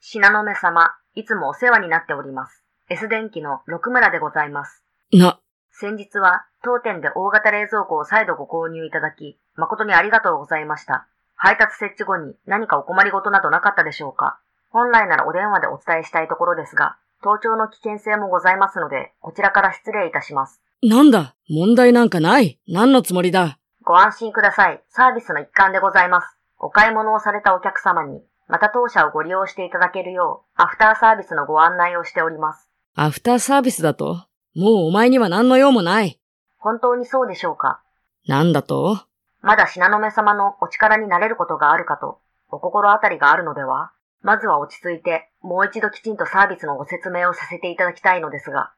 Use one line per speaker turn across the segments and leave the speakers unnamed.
信濃目様、いつもお世話になっております。S 電機の六村でございます。
な、
先日は当店で大型冷蔵庫を再度ご購入いただき、誠にありがとうございました。配達設置後に何かお困りごとなどなかったでしょうか本来ならお電話でお伝えしたいところですが、盗聴の危険性もございますので、こちらから失礼いたします。
なんだ問題なんかない何のつもりだ
ご安心ください。サービスの一環でございます。お買い物をされたお客様に、また当社をご利用していただけるよう、アフターサービスのご案内をしております。
アフターサービスだともうお前には何の用もない。
本当にそうでしょうか
なんだと
まだ品の目様のお力になれることがあるかと、お心当たりがあるのではまずは落ち着いて、もう一度きちんとサービスのご説明をさせていただきたいのですが、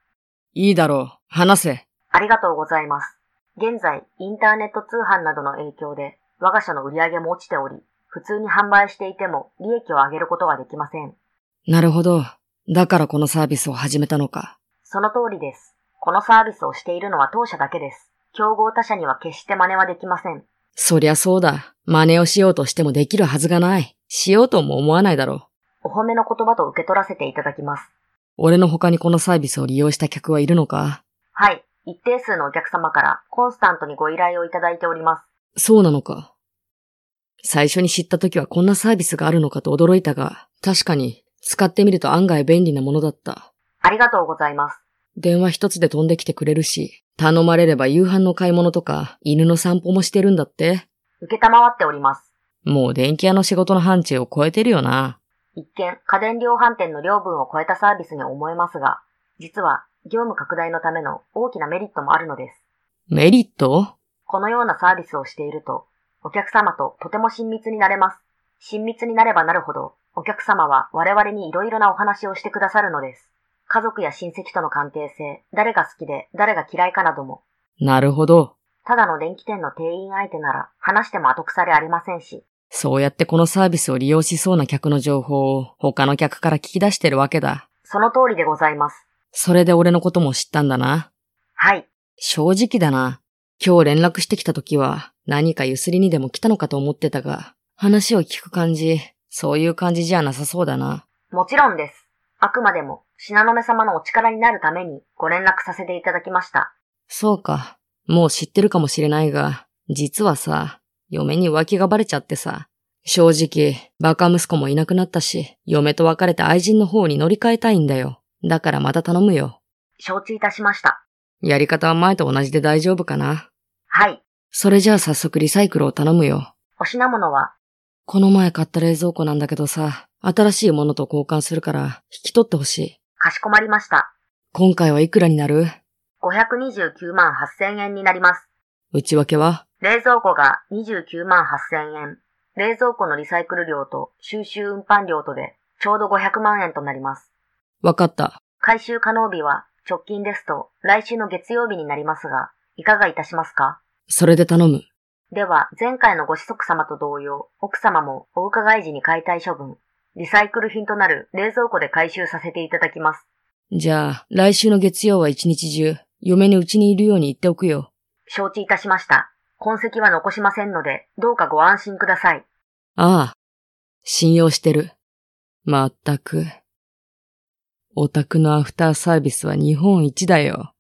いいだろう。話せ。
ありがとうございます。現在、インターネット通販などの影響で、我が社の売り上げも落ちており、普通に販売していても利益を上げることはできません。
なるほど。だからこのサービスを始めたのか。
その通りです。このサービスをしているのは当社だけです。競合他社には決して真似はできません。
そりゃそうだ。真似をしようとしてもできるはずがない。しようとも思わないだろ
お
う。
褒めの言葉と受け取らせていただきます。
俺の他にこのサービスを利用した客はいるのか
はい。一定数のお客様からコンスタントにご依頼をいただいております。
そうなのか。最初に知った時はこんなサービスがあるのかと驚いたが、確かに使ってみると案外便利なものだった。
ありがとうございます。
電話一つで飛んできてくれるし、頼まれれば夕飯の買い物とか犬の散歩もしてるんだって。
受けたまわっております。
もう電気屋の仕事の範疇を超えてるよな。
一見、家電量販店の量分を超えたサービスに思えますが、実は業務拡大のための大きなメリットもあるのです。
メリット
このようなサービスをしていると、お客様ととても親密になれます。親密になればなるほど、お客様は我々にいろいろなお話をしてくださるのです。家族や親戚との関係性、誰が好きで誰が嫌いかなども、
なるほど。
ただの電気店の店員相手なら話しても後腐れありませんし、
そうやってこのサービスを利用しそうな客の情報を他の客から聞き出してるわけだ。
その通りでございます。
それで俺のことも知ったんだな。
はい。
正直だな。今日連絡してきた時は何かゆすりにでも来たのかと思ってたが、話を聞く感じ、そういう感じじゃなさそうだな。
もちろんです。あくまでも、品の目様のお力になるためにご連絡させていただきました。
そうか。もう知ってるかもしれないが、実はさ、嫁に浮気がバレちゃってさ。正直、バカ息子もいなくなったし、嫁と別れて愛人の方に乗り換えたいんだよ。だからまた頼むよ。
承知いたしました。
やり方は前と同じで大丈夫かな。
はい。
それじゃあ早速リサイクルを頼むよ。
お品物は、
この前買った冷蔵庫なんだけどさ、新しいものと交換するから、引き取ってほしい。
かしこまりました。
今回はいくらになる
529万8000円になります。
内訳は
冷蔵庫が29万8000円。冷蔵庫のリサイクル量と収集運搬量とで、ちょうど500万円となります。
わかった。
回収可能日は直近ですと来週の月曜日になりますが、いかがいたしますか
それで頼む。
では、前回のご子息様と同様、奥様もお伺い時に解体処分、リサイクル品となる冷蔵庫で回収させていただきます。
じゃあ、来週の月曜は一日中、嫁にうちにいるように言っておくよ。
承知いたしました。痕跡は残しませんので、どうかご安心ください。
ああ。信用してる。まったく。オタクのアフターサービスは日本一だよ。